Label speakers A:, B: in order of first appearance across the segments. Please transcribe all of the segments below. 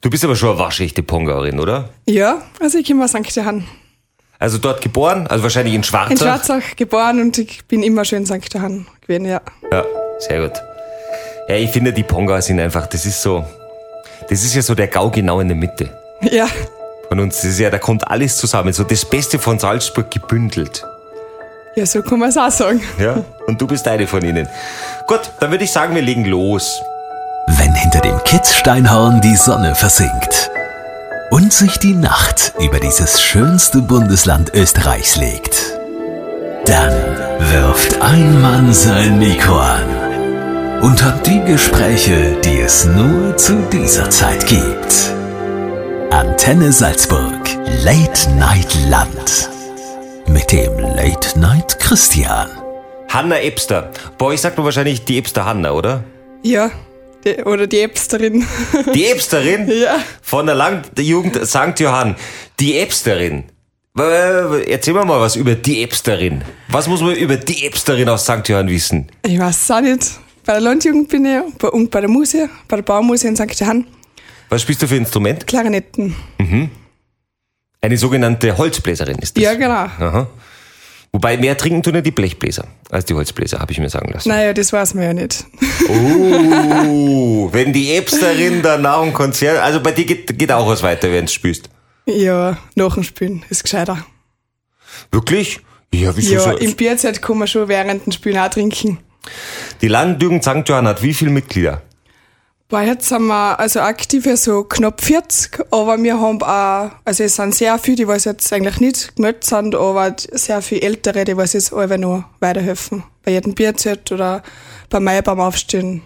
A: Du bist aber schon eine waschechte Pongarin, oder?
B: Ja, also ich komme aus St. Johann.
A: Also dort geboren, also wahrscheinlich in Schwarzach.
B: In Schwarzach geboren und ich bin immer schön in St. Johann gewesen, ja.
A: Ja, sehr gut. Ja, ich finde, die Ponga sind einfach, das ist so, das ist ja so der Gau genau in der Mitte
B: Ja,
A: von uns. Das ist ja, da kommt alles zusammen, so das Beste von Salzburg gebündelt.
B: ja so kann man es auch sagen.
A: Ja? Und du bist eine von ihnen. Gut, dann würde ich sagen, wir legen los.
C: Wenn hinter dem Kitzsteinhorn die Sonne versinkt und sich die Nacht über dieses schönste Bundesland Österreichs legt, dann wirft ein Mann sein Mikro an und hat die Gespräche, die es nur zu dieser Zeit gibt. Antenne Salzburg, Late Night Land mit dem Late Night Christian.
A: Hanna Ebster. Boah, ich sag nur wahrscheinlich die Ebster Hanna, oder?
B: Ja, die, oder die Äpsterin.
A: Die Ebsterin
B: Ja.
A: von der Lang der Jugend St. Johann. Die Ebsterin. Äh, Erzähl mir mal was über die Ebsterin. Was muss man über die Ebsterin aus St. Johann wissen?
B: Ich weiß es auch nicht. Bei der Landjugend bin ich bei- und bei der Muse, bei der Baumuse in St. Johann.
A: Was spielst du für ein Instrument?
B: Klarinetten.
A: Eine sogenannte Holzbläserin ist das.
B: Ja, genau.
A: Aha. Wobei mehr trinken tun ja die Blechbläser als die Holzbläser, habe ich mir sagen lassen.
B: Naja, das weiß man ja nicht.
A: Oh, wenn die Ebsterin dann nach dem Konzert, also bei dir geht, geht auch was weiter, wenn du spielst.
B: Ja, nach dem Spielen ist gescheiter.
A: Wirklich? Ja, wieso
B: Ja,
A: so?
B: im Bierzeit kann man schon während dem Spielen auch trinken.
A: Die Landjugend St. Johann hat wie viele Mitglieder?
B: Weil jetzt sind wir also aktive so knapp 40, aber wir haben auch, also es sind sehr viele, die was jetzt eigentlich nicht gemeldet sind, aber sehr viele Ältere, die was jetzt alle noch weiterhelfen. Bei jedem Bierzelt oder beim Maibaum aufstehen,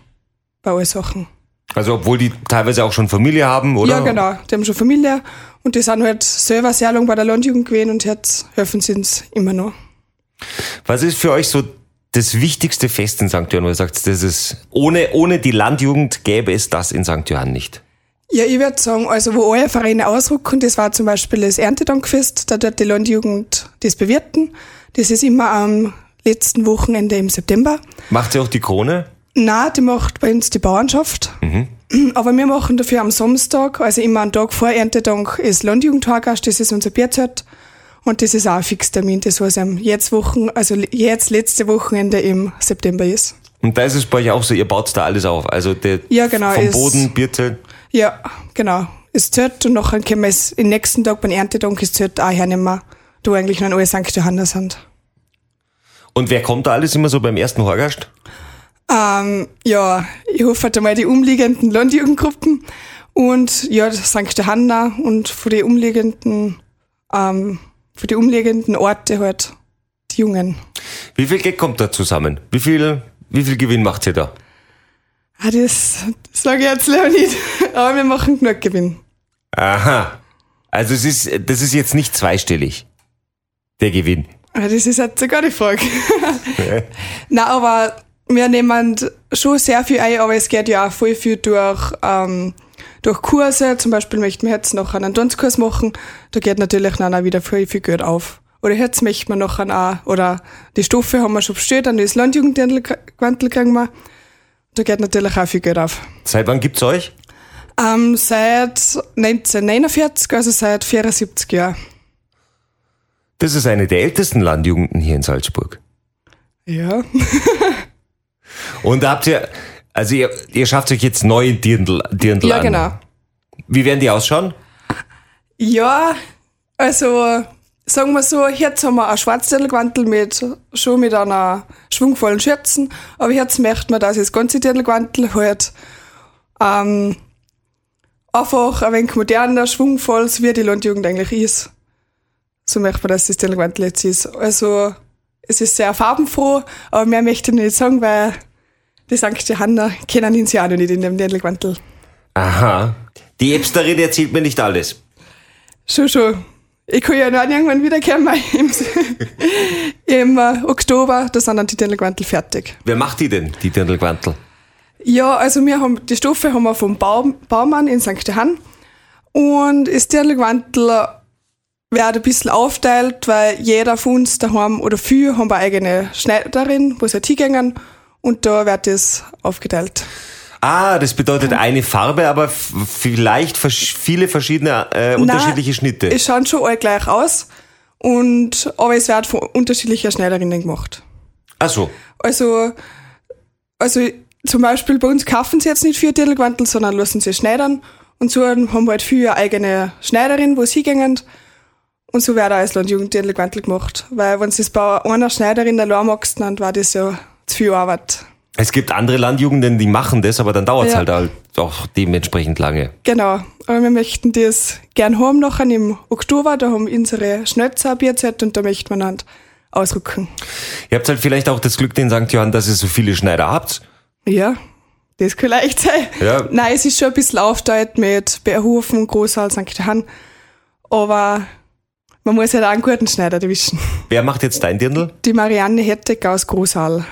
B: bei allen Sachen.
A: Also obwohl die teilweise auch schon Familie haben, oder?
B: Ja, genau, die haben schon Familie und die sind halt selber sehr lange bei der Landjugend gewesen und jetzt helfen sie uns immer noch.
A: Was ist für euch so das wichtigste Fest in St. Johann, wo ihr sagt, das ist, ohne, ohne die Landjugend gäbe es das in St. Johann nicht?
B: Ja, ich würde sagen, also wo alle Vereine ausrücken, das war zum Beispiel das Erntedankfest, da dort die Landjugend das bewirten. Das ist immer am letzten Wochenende im September.
A: Macht ihr auch die Krone?
B: Na, die macht bei uns die Bauernschaft. Aber wir machen dafür am Samstag, also immer einen Tag vor Erntedank, ist Landjugendhagast, das ist unser Bierzelt. Und das ist auch ein Fixtermin, das was am jetzt Wochen, also jetzt letzte Wochenende im September ist.
A: Und da ist es bei euch auch so, ihr baut da alles auf. Also der
B: Ja, genau,
A: vom
B: ist-
A: Boden, Bierzelt.
B: Ja, genau. Es zählt und nachher können wir es den nächsten Tag beim Erntedank es zählt auch hernehmen, da eigentlich noch alle St. Johannes sind.
A: Und wer kommt da alles immer so beim ersten Horgast?
B: Ähm, ja, ich hoffe halt einmal die umliegenden Landjugendgruppen und ja, St. Johanna und von den umliegenden, ähm, von den umliegenden Orte halt die Jungen.
A: Wie viel Geld kommt da zusammen? Wie viel, wie viel Gewinn macht ihr da?
B: Ah, das, das sage ich jetzt leider nicht, aber wir machen genug Gewinn.
A: Aha. Also es ist, das ist jetzt nicht zweistellig. Der Gewinn.
B: Ah, Das ist jetzt sogar die Frage. Na, aber wir nehmen schon sehr viel ein, aber es geht ja auch voll viel durch, ähm, durch Kurse. Zum Beispiel möchten wir jetzt noch einen Tanzkurs machen. Da geht natürlich dann auch wieder viel, viel Geld auf. Oder jetzt möchten wir noch einen auch, oder die Stufe haben wir schon bestellt, dann das Landjugendwandel kriegen wir. Da geht natürlich auch viel Geld auf.
A: Seit wann gibt's euch?
B: Ähm, seit 1949, also seit 74 Jahren.
A: Das ist eine der ältesten Landjugenden hier in Salzburg.
B: Ja.
A: Und da habt ihr, also ihr, ihr schafft euch jetzt neue Dirndl, Dirndl
B: Ja,
A: an.
B: genau.
A: Wie werden die ausschauen?
B: Ja, also sagen wir so, jetzt haben wir ein Schwarzdirndlgewandel mit schon mit einer schwungvollen Schürzen, aber jetzt möchten wir, dass das ganze Dirndlgewandel halt ähm, einfach ein wenig moderner, schwungvoll, so wie die Landjugend eigentlich ist. So möchten wir, dass das Dirndlgewandel jetzt ist. Also es ist sehr farbenfroh, aber mehr möchte ich nicht sagen, weil die St. Johanna kennen ihn ja auch noch nicht in dem Dirndlgewandel.
A: Aha. Die Ebsterin erzählt mir nicht alles.
B: Schon, schon. Ich kann ja dann irgendwann wiederkommen im, im äh, Oktober, da sind dann die Dirndlgewandel fertig.
A: Wer macht die denn, die Dirndlquantel?
B: Ja, also wir haben, die Stufe haben wir vom Baum, Baumann in St. Johann und das Dirndlgewandel wird ein bisschen aufteilt, weil jeder von uns daheim oder viele halt haben eine eigene Schneiderin, wo sie hingehen und da wird das aufgeteilt.
A: Ah, das bedeutet
B: Ähm.
A: eine Farbe, aber f- vielleicht versch- viele verschiedene äh, unterschiedliche Schnitte.
B: Es schauen schon alle gleich aus. Und, aber es wird von unterschiedlicher Schneiderinnen gemacht.
A: Ach so.
B: Also, also zum Beispiel bei uns kaufen sie jetzt nicht vier Dirndlgewandel, sondern lassen sie schneidern. Und so haben halt viele eigene Schneiderin, wo sie hingehen. Und so wird auch als Landjugenddirndlgewandel gemacht. Weil wenn du es bei einer Schneiderin allein machst, dann war das ja zu viel Arbeit.
A: Es gibt andere Landjugenden, die machen das, aber dann dauert es
B: Ja.
A: halt halt auch dementsprechend lange.
B: Genau. Aber wir möchten das gern haben nachher im Oktober. Da haben unsere Schnötzer ein Bierzeit und da möchten wir dann ausrücken.
A: Ihr habt halt vielleicht auch das Glück in St. Johann, dass ihr so viele Schneider habt.
B: Ja, das kann leicht sein.
A: Ja.
B: Nein, es ist schon ein bisschen aufgeteilt mit Beerhofen, Großhall, St. Johann. Aber man muss halt auch einen guten Schneider erwischen.
A: Wer macht jetzt dein Dirndl?
B: Die Marianne Hettek aus Großhall.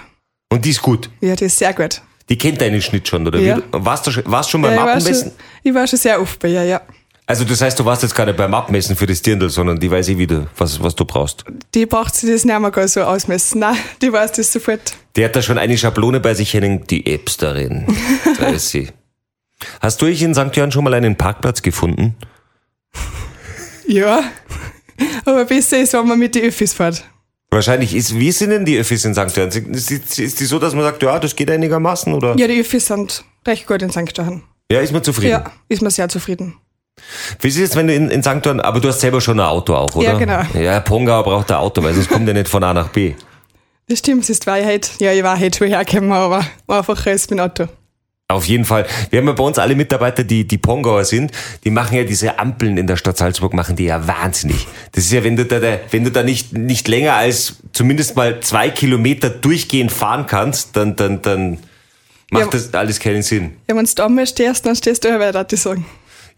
A: Und die ist gut.
B: Ja, die ist sehr gut.
A: Die kennt deinen Schnitt schon, oder
B: Ja.
A: wie? Warst du schon, warst schon
B: Ja,
A: beim
B: ich, war
A: Mappenmessen?
B: schon, ich war schon sehr oft bei ihr, ja.
A: Also das heißt, du warst jetzt gar nicht beim Abmessen für das Dirndl, sondern die weiß ich wieder, was, was du brauchst.
B: Die braucht sich das nicht mehr gar so ausmessen. Nein, die weiß das sofort.
A: Die hat da schon eine Schablone bei sich hängen, die Äbsterin. Da ist sie. Hast du ich in St. Johann schon mal einen Parkplatz gefunden?
B: Ja. Aber besser ist, wenn man mit den Öffis fährt.
A: Wahrscheinlich ist, wie sind denn die Öffis in St. Johann? Ist die, ist die so, dass man sagt, ja, das geht einigermaßen, oder? Ja,
B: Ja, die Öffis sind recht gut in St. Johann.
A: ist man zufrieden.
B: Ja, ist man sehr zufrieden.
A: Wie ist es, wenn du in, in St. Johann, aber du hast selber schon ein Auto auch, oder?
B: Ja, genau.
A: Ja, Pongauer braucht ein Auto, weil sonst kommt er nicht von A nach B.
B: Das stimmt, es ist Wahrheit. Ja, ich war heute schon hergekommen, aber einfach ist mein Auto.
A: Auf jeden Fall. Wir haben ja bei uns alle Mitarbeiter, die, die Pongauer sind, die machen ja diese Ampeln in der Stadt Salzburg, machen die ja wahnsinnig. Das ist ja, wenn du da, da wenn du da nicht, nicht länger als zumindest mal zwei Kilometer durchgehend fahren kannst, dann, dann, dann macht
B: Ja.
A: das alles keinen Sinn.
B: Ja, wenn du da einmal stehst, dann stehst du ja weiter, die sagen.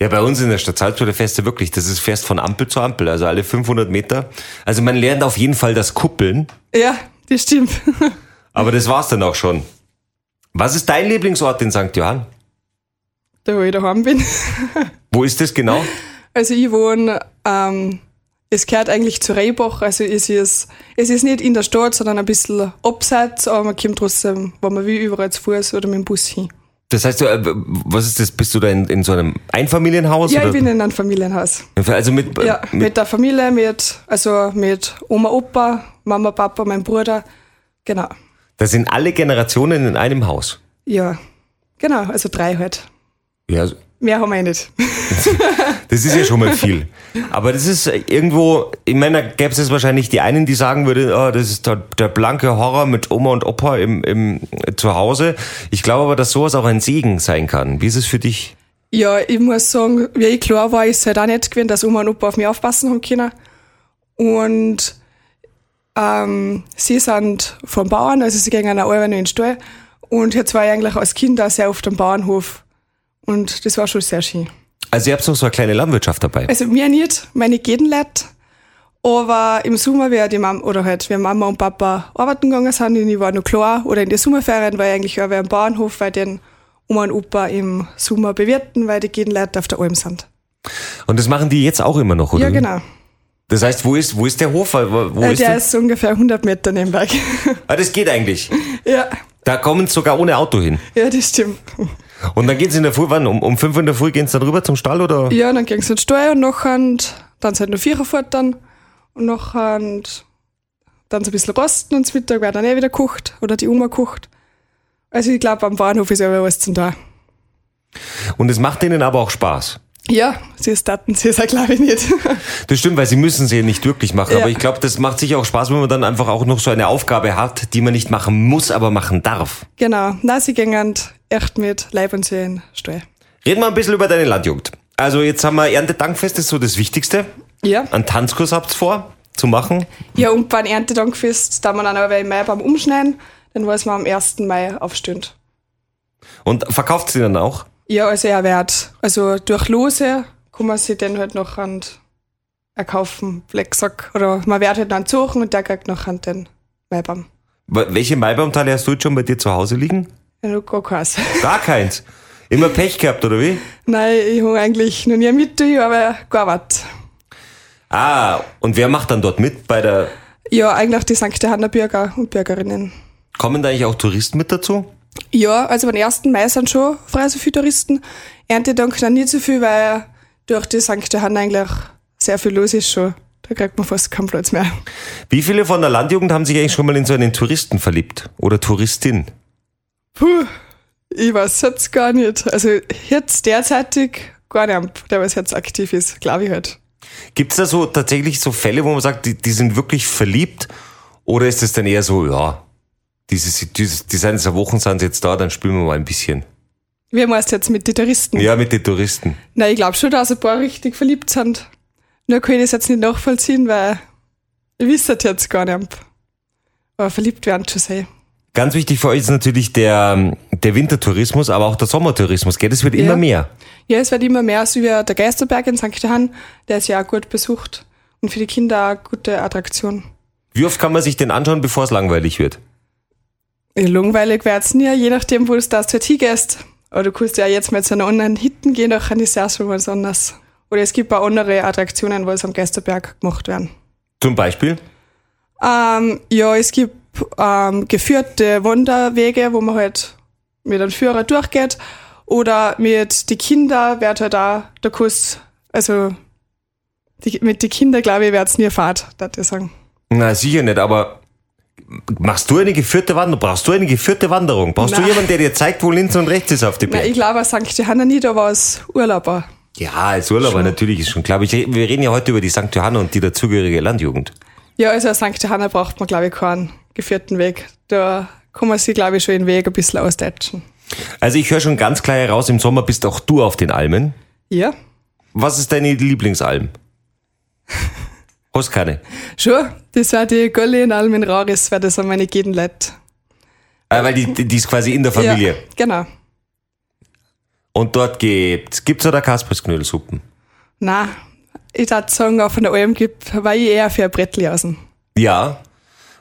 A: Ja, bei uns in der Stadt Salzburg, da fährst du wirklich, das ist fährst von Ampel zu Ampel, also alle 500 Meter. Also man lernt auf jeden Fall das Kuppeln,
B: Ja, das stimmt.
A: aber das war's dann auch schon. Was ist dein Lieblingsort in St. Johann?
B: da, wo ich daheim bin.
A: Wo ist das genau?
B: Also ich wohne, ähm, es gehört eigentlich zu Reibach, also es ist, es ist nicht in der Stadt, sondern ein bisschen abseits, aber man kommt trotzdem, wenn man will, überall zu Fuß oder mit dem Bus hin.
A: Das heißt, du, äh, was ist das? Bist du da in, in so einem Einfamilienhaus?
B: Ja,
A: oder?
B: ich bin in einem Familienhaus.
A: Also mit, Also äh,
B: Ja, mit,
A: mit
B: der Familie, mit, also mit Oma, Opa, Mama, Papa, mein Bruder. Genau.
A: da sind alle Generationen in einem Haus.
B: Ja, genau, also drei halt.
A: Ja,
B: Mehr haben wir eh nicht.
A: das ist ja schon mal viel. Aber das ist äh, irgendwo, ich meine, da gäbe es jetzt wahrscheinlich die einen, die sagen würden, oh, das ist der, der blanke Horror mit Oma und Opa im, im äh, Zuhause. Ich glaube aber, dass sowas auch ein Segen sein kann. Wie ist es für dich?
B: Ja, ich muss sagen, wie ich klar war, ist es halt auch nicht gewesen, dass Oma und Opa auf mich aufpassen haben können. Und ähm, sie sind vom Bauern, also sie gehen auch alle in den Stall. Und jetzt war ich eigentlich als Kind auch sehr oft am Bauernhof. Und das war schon sehr schön.
A: Also ihr habt noch so eine kleine Landwirtschaft dabei.
B: Also mir nicht, meine gehen Leute. Aber im Sommer, wäre die Mama, oder halt, wenn Mama und Papa arbeiten gegangen sind und ich war noch klar, oder in den Sommerferien war ich eigentlich auch am Bauernhof, weil den Oma und Opa im Sommer bewirten, weil die gehen Leute auf der Alm sind.
A: Und das machen die jetzt auch immer noch, oder?
B: Ja, genau.
A: Das heißt, wo ist, wo ist der Hof? Mhm. Wo wo
B: Äh,
A: ist
B: der
A: der?
B: ist ungefähr 100 Meter nebenbei.
A: Ah, das geht eigentlich.
B: ja,
A: Da kommen sie sogar ohne Auto hin.
B: ja, das stimmt.
A: Und dann geht's in der Früh, wann? Um, um fünf in der Früh gehen's dann rüber zum Stall oder?
B: Ja, dann ging's in den Stall und nachher, und dann sind noch Viererfahrt dann. Und nachher, und dann so ein bisschen rosten und zum Mittag wird dann eh wieder gekocht oder die Oma kocht. Also ich glaube, am Bahnhof ist aber was zum da.
A: Und es macht ihnen aber auch Spaß.
B: Ja, sie ist Daten, sie ist auch, glaube ich, nicht.
A: Das stimmt, weil sie müssen sie ja nicht wirklich machen.
B: Ja.
A: Aber ich glaube, das macht sicher auch Spaß, wenn man dann einfach auch noch so eine Aufgabe hat, die man nicht machen muss, aber machen darf.
B: genau, na, sie gingen echt mit Leib und Seele in den Stall.
A: Reden wir ein bisschen über deine Landjugend. Also jetzt haben wir Erntedankfest, das ist so das Wichtigste.
B: Ja.
A: Einen Tanzkurs habt's vor zu machen.
B: Ja, und beim Erntedankfest, da man dann aber im Mai beim Umschneiden, dann weiß man am 1. Mai aufstehen.
A: Und verkauft sie dann auch.
B: Ja, also er wird, also durch Lose kann man sich den halt noch an erkaufen, Blacksack. Oder man wird halt dann suchen und der kriegt noch an den Weibern.
A: W- Welche Maibaumteile hast du jetzt schon bei dir zu Hause liegen?
B: Ja, noch gar keins.
A: Gar keins. Immer Pech gehabt, oder wie?
B: Nein, ich habe eigentlich noch nie mit, ich hab aber gearbeitet.
A: Ah, und wer macht dann dort mit bei der...
B: Ja, eigentlich die St. Johanner Bürger und Bürgerinnen.
A: Kommen da eigentlich auch Touristen mit dazu?
B: Ja, also beim 1. Mai sind schon frei so viele Touristen. Erntedank noch nicht so viel, weil durch die St. Johann eigentlich sehr viel los ist schon. Da kriegt man fast keinen Platz mehr.
A: Wie viele von der Landjugend haben sich eigentlich schon mal in so einen Touristen verliebt? Oder Touristin?
B: Puh, ich weiß jetzt gar nicht. Also jetzt derzeitig gar nicht, der was jetzt aktiv ist, glaube ich halt.
A: Gibt es da so tatsächlich so Fälle, wo man sagt, die, die sind wirklich verliebt? Oder ist es dann eher so, ja, dieses, dieses, die sind seit Wochen sind sie jetzt da, dann spielen wir mal ein bisschen.
B: Wer meinst du jetzt mit den Touristen?
A: Ja, mit den Touristen.
B: Na, ich glaube schon, dass ein paar richtig verliebt sind. Nur kann ich das jetzt nicht nachvollziehen, weil ihr wisst das jetzt gar nicht. Aber verliebt werden schon sehr.
A: Ganz wichtig für euch ist natürlich der, der Wintertourismus, aber auch der Sommertourismus, gell? Es wird
B: Ja.
A: immer mehr.
B: Ja, es wird immer mehr, so wie der Geisterberg in St. Johann, der ist ja auch gut besucht und für die Kinder auch eine gute Attraktion.
A: Wie oft kann man sich den anschauen, bevor es langweilig wird?
B: Ja, langweilig wird's nie, je nachdem, wo du da dort hingehst. Aber du kannst ja jetzt mit so einer anderen Hitten gehen, da kann ich auch schon was anderes. Oder es gibt auch andere Attraktionen, wo es am Geisterberg gemacht werden.
A: Zum Beispiel?
B: Ähm, ja, es gibt ähm, geführte Wanderwege, wo man halt mit einem Führer durchgeht. Oder mit die Kinder wird halt auch der Kuss, also die, mit die Kinder, glaube ich, wird's nie Fahrt, würde ich sagen.
A: Na, sicher nicht, aber machst du eine geführte Wanderung? Brauchst du eine geführte Wanderung? Brauchst du
B: Na.
A: jemanden, der dir zeigt, wo links und rechts ist auf dem
B: Nein, ich
A: Berg?
B: glaube, an St. Johanna nicht, aber als Urlauber.
A: Ja, als Urlauber natürlich ist schon klar. Aber ich, re- wir reden ja heute über die St. Johanna und die dazugehörige Landjugend.
B: Ja, also als St. Johanna braucht man, glaube ich, keinen geführten Weg. Da kann man sich, glaube ich, schon den Weg ein bisschen ausdatschen.
A: Also ich höre schon ganz klar heraus, im Sommer bist auch du auf den Almen.
B: Ja,
A: Was ist deine Lieblingsalm? Hast keine.
B: schon. Das war die Gulli in Almen Raris, weil das an meine jeden Leute.
A: Äh, weil die, die die ist quasi in der Familie.
B: Ja, genau.
A: Und dort gibt's, gibt's oder Kaspersknödelsuppen?
B: Na, ich würde sagen, auch von der Alm gibt, war ich eher für ein Brettli außen.
A: Ja.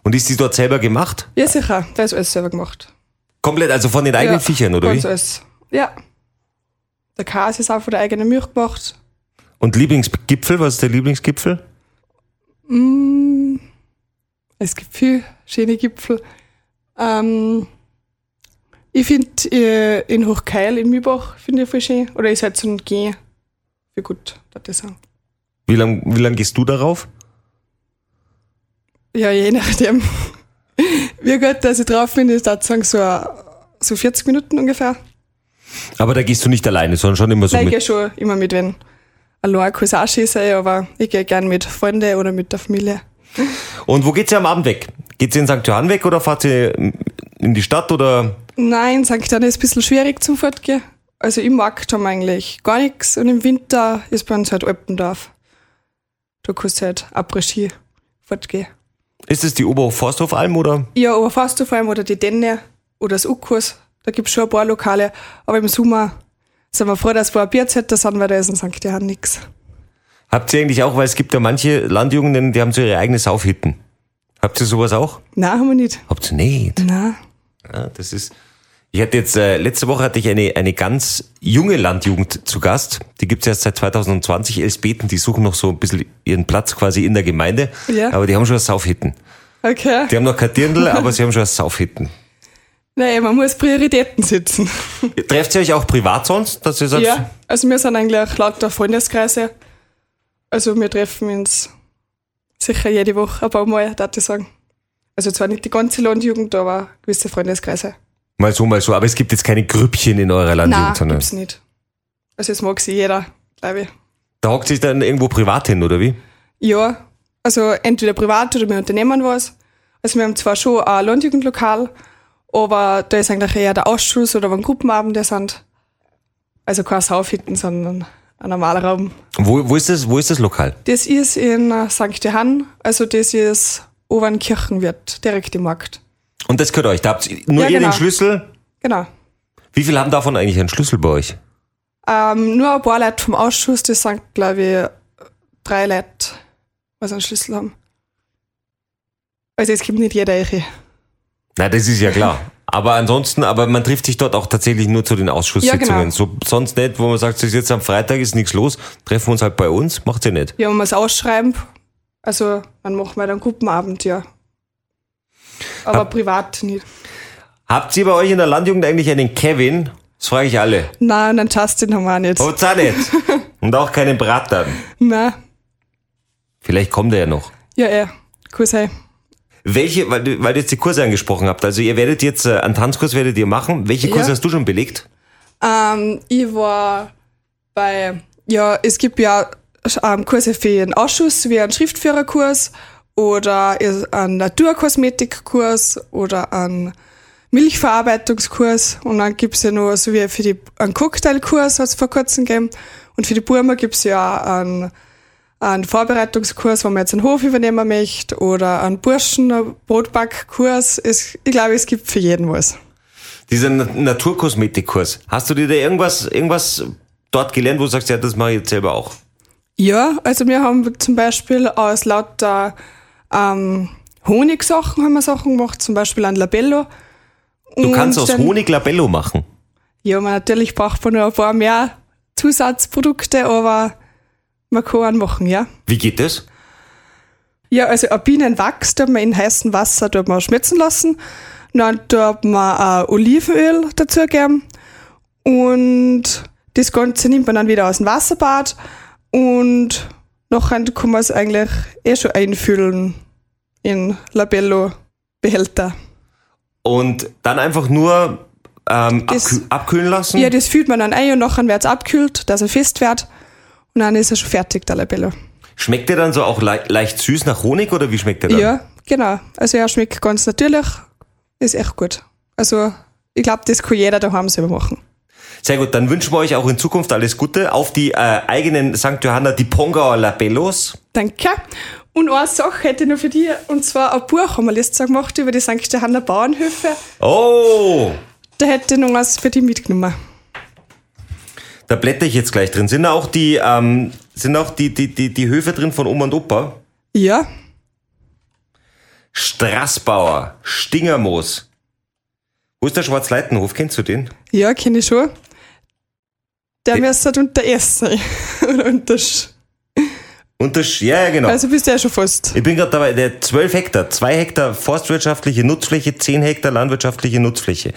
A: Und ist die dort selber gemacht?
B: Ja, sicher, da ist alles selber gemacht.
A: Komplett, also von den eigenen
B: ja,
A: Viechern, oder
B: ganz
A: wie?
B: Alles. Ja. Der Käse ist auch von der eigenen Milch gemacht.
A: Und Lieblingsgipfel, was ist der Lieblingsgipfel?
B: Mm, Es gibt viel schöne Gipfel. Ähm, ich finde äh, in Hochkeil, in Mühlbach, finde ich voll schön. Oder ich halt so ein Gehen. Wie gut, darf ich sagen.
A: Wie lang, wie lang gehst du darauf?
B: Ja, je nachdem. Wie gut, dass ich drauf bin, ich würde sagen, so, äh, so 40 Minuten ungefähr.
A: Aber da gehst du nicht alleine, sondern schon immer so
B: Nein, ich
A: mit.
B: gehe schon immer mit, wenn allein kann es auch schön sein, aber ich gehe gern mit Freunden oder mit der Familie.
A: Und wo geht's ihr am Abend weg? Geht's ihr in St. Johann weg oder fahrt ihr in die Stadt oder?
B: Nein, St. Anna ist ein bisschen schwierig zum Fortgehen. Also im Markt haben wir eigentlich gar nichts und im Winter ist bei uns halt Alpendorf. Da kannst du halt Après-Ski fortgehen.
A: Ist es die Oberhof-Forsthof-Alm oder?
B: Ja, aber fast du vor allem oder die Denne oder das Ukkus, da gibt's schon ein paar Lokale, aber im Sommer sind wir froh, dass wir ein Bierzettel sind, weil da also ist in St. Johann nichts.
A: Habt ihr eigentlich auch, weil es gibt ja manche Landjugenden, die haben so ihre eigene Saufhitten. Habt ihr sowas auch?
B: Nein, haben wir nicht.
A: Habt ihr nicht?
B: Nein.
A: Ja, das ist. Ich hatte jetzt, äh, letzte Woche hatte ich eine, eine ganz junge Landjugend zu Gast. Die gibt's erst seit 2020, Elsbeten, die suchen noch so ein bisschen ihren Platz quasi in der Gemeinde.
B: Ja.
A: Aber die haben schon Saufhitten.
B: Okay.
A: Die haben noch kein Dirndl, aber sie haben schon Saufhitten.
B: Nein, man muss Prioritäten setzen.
A: Trefft ihr euch auch privat sonst, dass ihr sagt,
B: Ja, also wir sind eigentlich lauter Freundeskreise. Also wir treffen uns sicher jede Woche ein paar Mal, darf ich sagen. Also zwar nicht die ganze Landjugend, aber gewisse Freundeskreise.
A: mal so, mal so, aber es gibt jetzt keine Grüppchen in eurer Landjugend,
B: Nein,
A: sondern
B: gibt's nicht. Also es mag sich jeder, glaube ich.
A: da hockt sich dann irgendwo privat hin, oder wie?
B: Ja, also entweder privat oder wir unternehmen was. Also wir haben zwar schon ein Landjugendlokal, aber da ist eigentlich eher der Ausschuss oder wenn Gruppenabende sind. Also kein Saufhitten, sondern ein normaler Raum.
A: Wo, wo ist das, wo ist das Lokal?
B: Das ist in äh, St. Johann, also das ist Obernkirchenwirt, direkt im Markt.
A: Und das gehört euch. Da habt ihr nur
B: Ja,
A: ihr
B: genau.
A: den Schlüssel.
B: Genau.
A: Wie viel haben davon eigentlich einen Schlüssel bei euch?
B: Ähm, nur ein paar Leute vom Ausschuss, das sind, glaube ich, drei Leute, was einen Schlüssel haben. Also es gibt nicht jeder ihre.
A: Na, das ist ja klar. Aber ansonsten, aber man trifft sich dort auch tatsächlich nur zu den Ausschusssitzungen.
B: Ja, genau.
A: so, sonst nicht, wo man sagt, es ist jetzt am Freitag, ist nichts los, treffen wir uns halt bei uns, macht ihr nicht.
B: Ja, wenn man es ausschreiben, also dann machen wir dann Gruppenabend, ja. Aber privat nicht.
A: Habt ihr bei euch in der Landjugend eigentlich einen Kevin? Das frage ich alle.
B: Nein, einen Justin haben wir auch nicht.
A: Habt's auch nicht. Und auch keinen Bratan.
B: Nein.
A: Vielleicht kommt er ja noch.
B: Ja, eh. ja. Cool sein.
A: Welche, weil, du- weil du jetzt die Kurse angesprochen habt, also ihr werdet jetzt, äh, einen Tanzkurs werdet ihr machen. Welche Kurse
B: Ja.
A: hast du schon belegt?
B: Ähm, ich war bei, ja, es gibt ja ähm, Kurse für einen Ausschuss, wie einen Schriftführerkurs oder is- einen Naturkosmetikkurs oder einen Milchverarbeitungskurs und dann gibt's ja noch so wie für die, einen Cocktailkurs hat's vor kurzem gegeben und für die Burma gibt's ja auch einen, einen Vorbereitungskurs, wo man jetzt einen Hof übernehmen möchte oder einen Burschen-Brotbackkurs. Es- Ich glaube, es gibt für jeden was.
A: Dieser Na Naturkosmetikkurs. Hast du dir da irgendwas, irgendwas dort gelernt, wo du sagst, ja, das mache ich jetzt selber auch?
B: Ja, also wir haben zum Beispiel aus lauter ähm, Honigsachen haben wir Sachen gemacht, zum Beispiel ein Labello.
A: Du kannst aus Honig Labello machen.
B: Ja, man, natürlich braucht man nur ein paar mehr Zusatzprodukte, aber man kann einen machen, ja.
A: Wie geht das?
B: Ja, also ein Bienenwachs tut man in heißem Wasser tut man schmelzen lassen. Dann tut man äh, Olivenöl dazugeben. Und das Ganze nimmt man dann wieder aus dem Wasserbad. Und nachher kann man es eigentlich eh schon einfüllen in Labello-Behälter.
A: Und dann einfach nur ähm,
B: Das-
A: abkü abkühlen lassen?
B: Ja, das füllt man dann ein und nachher wird es abkühlt, dass er fest wird. Und dann ist er schon fertig, der Labello.
A: schmeckt der dann so auch le leicht süß nach Honig oder wie schmeckt der dann?
B: Ja, genau. Also er schmeckt ganz natürlich. Ist echt gut. Also ich glaube, das kann jeder daheim selber machen.
A: Sehr gut, dann wünschen wir euch auch in Zukunft alles Gute auf die äh, eigenen St. Johanna, die Pongauer Labellos.
B: Danke. Und eine Sache hätte ich noch für dich, und zwar ein Buch haben wir letztes Jahr gemacht über die St. Johanna Bauernhöfe.
A: Oh,
B: Da hätte ich noch was für dich mitgenommen.
A: da blätter ich jetzt gleich drin. Sind da auch die, ähm, sind auch die, die, die, die Höfe drin von Oma und Opa?
B: Ja,
A: Straßbauer, Stingermoos. Wo ist der Schwarzleitenhof? Kennst du den?
B: ja, kenne ich schon. Der
A: Die-
B: müsste halt unter S sein. Oder unter Sch.
A: Und das, ja, ja, genau.
B: Also bist du ja schon fast.
A: ich bin gerade dabei, der 12 Hektar, 2 Hektar forstwirtschaftliche Nutzfläche, 10 Hektar landwirtschaftliche Nutzfläche.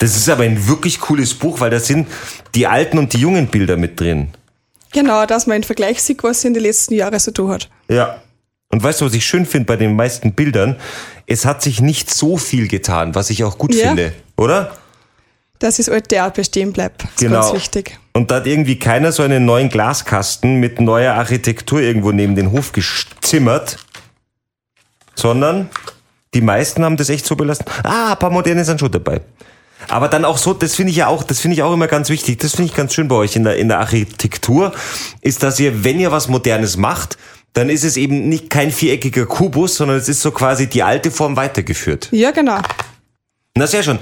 A: Das ist aber ein wirklich cooles Buch, weil da sind die alten und die jungen Bilder mit drin.
B: Genau, dass man einen Vergleich sieht, was sie in den letzten Jahren so tun hat.
A: Ja. Und weißt du, was ich schön finde bei den meisten Bildern? Es hat sich nicht so viel getan, was ich auch gut
B: Ja.
A: finde, oder?
B: Dass das alte auch bestehen bleibt. Das ist ganz wichtig.
A: Genau. Und da hat irgendwie keiner so einen neuen Glaskasten mit neuer Architektur irgendwo neben den Hof gezimmert, sondern die meisten haben das echt so belassen. Ah, ein paar moderne sind schon dabei. Aber dann auch so, das finde ich ja auch, das finde ich auch immer ganz wichtig. Das finde ich ganz schön bei euch in der, in der Architektur, ist, dass ihr, wenn ihr was Modernes macht, dann ist es eben nicht kein viereckiger Kubus, sondern es ist so quasi die alte Form weitergeführt.
B: Ja, genau.
A: Na sehr schön.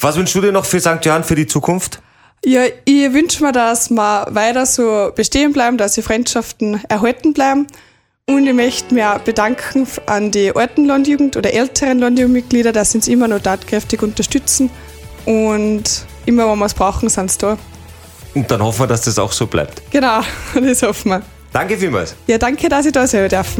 A: Was wünschst du dir noch für St. Johann für die Zukunft?
B: Ja, ich wünsche mir, dass wir weiter so bestehen bleiben, dass die Freundschaften erhalten bleiben. Und ich möchte mich auch bedanken f- an die alten Landjugend oder älteren Landjugendmitglieder, dass sie uns immer noch tatkräftig unterstützen. Und immer, wenn wir es brauchen, sind sie da.
A: Und dann hoffen wir, dass das auch so bleibt.
B: Genau, das hoffen wir.
A: Danke vielmals.
B: Ja, danke, dass ich da sein darf.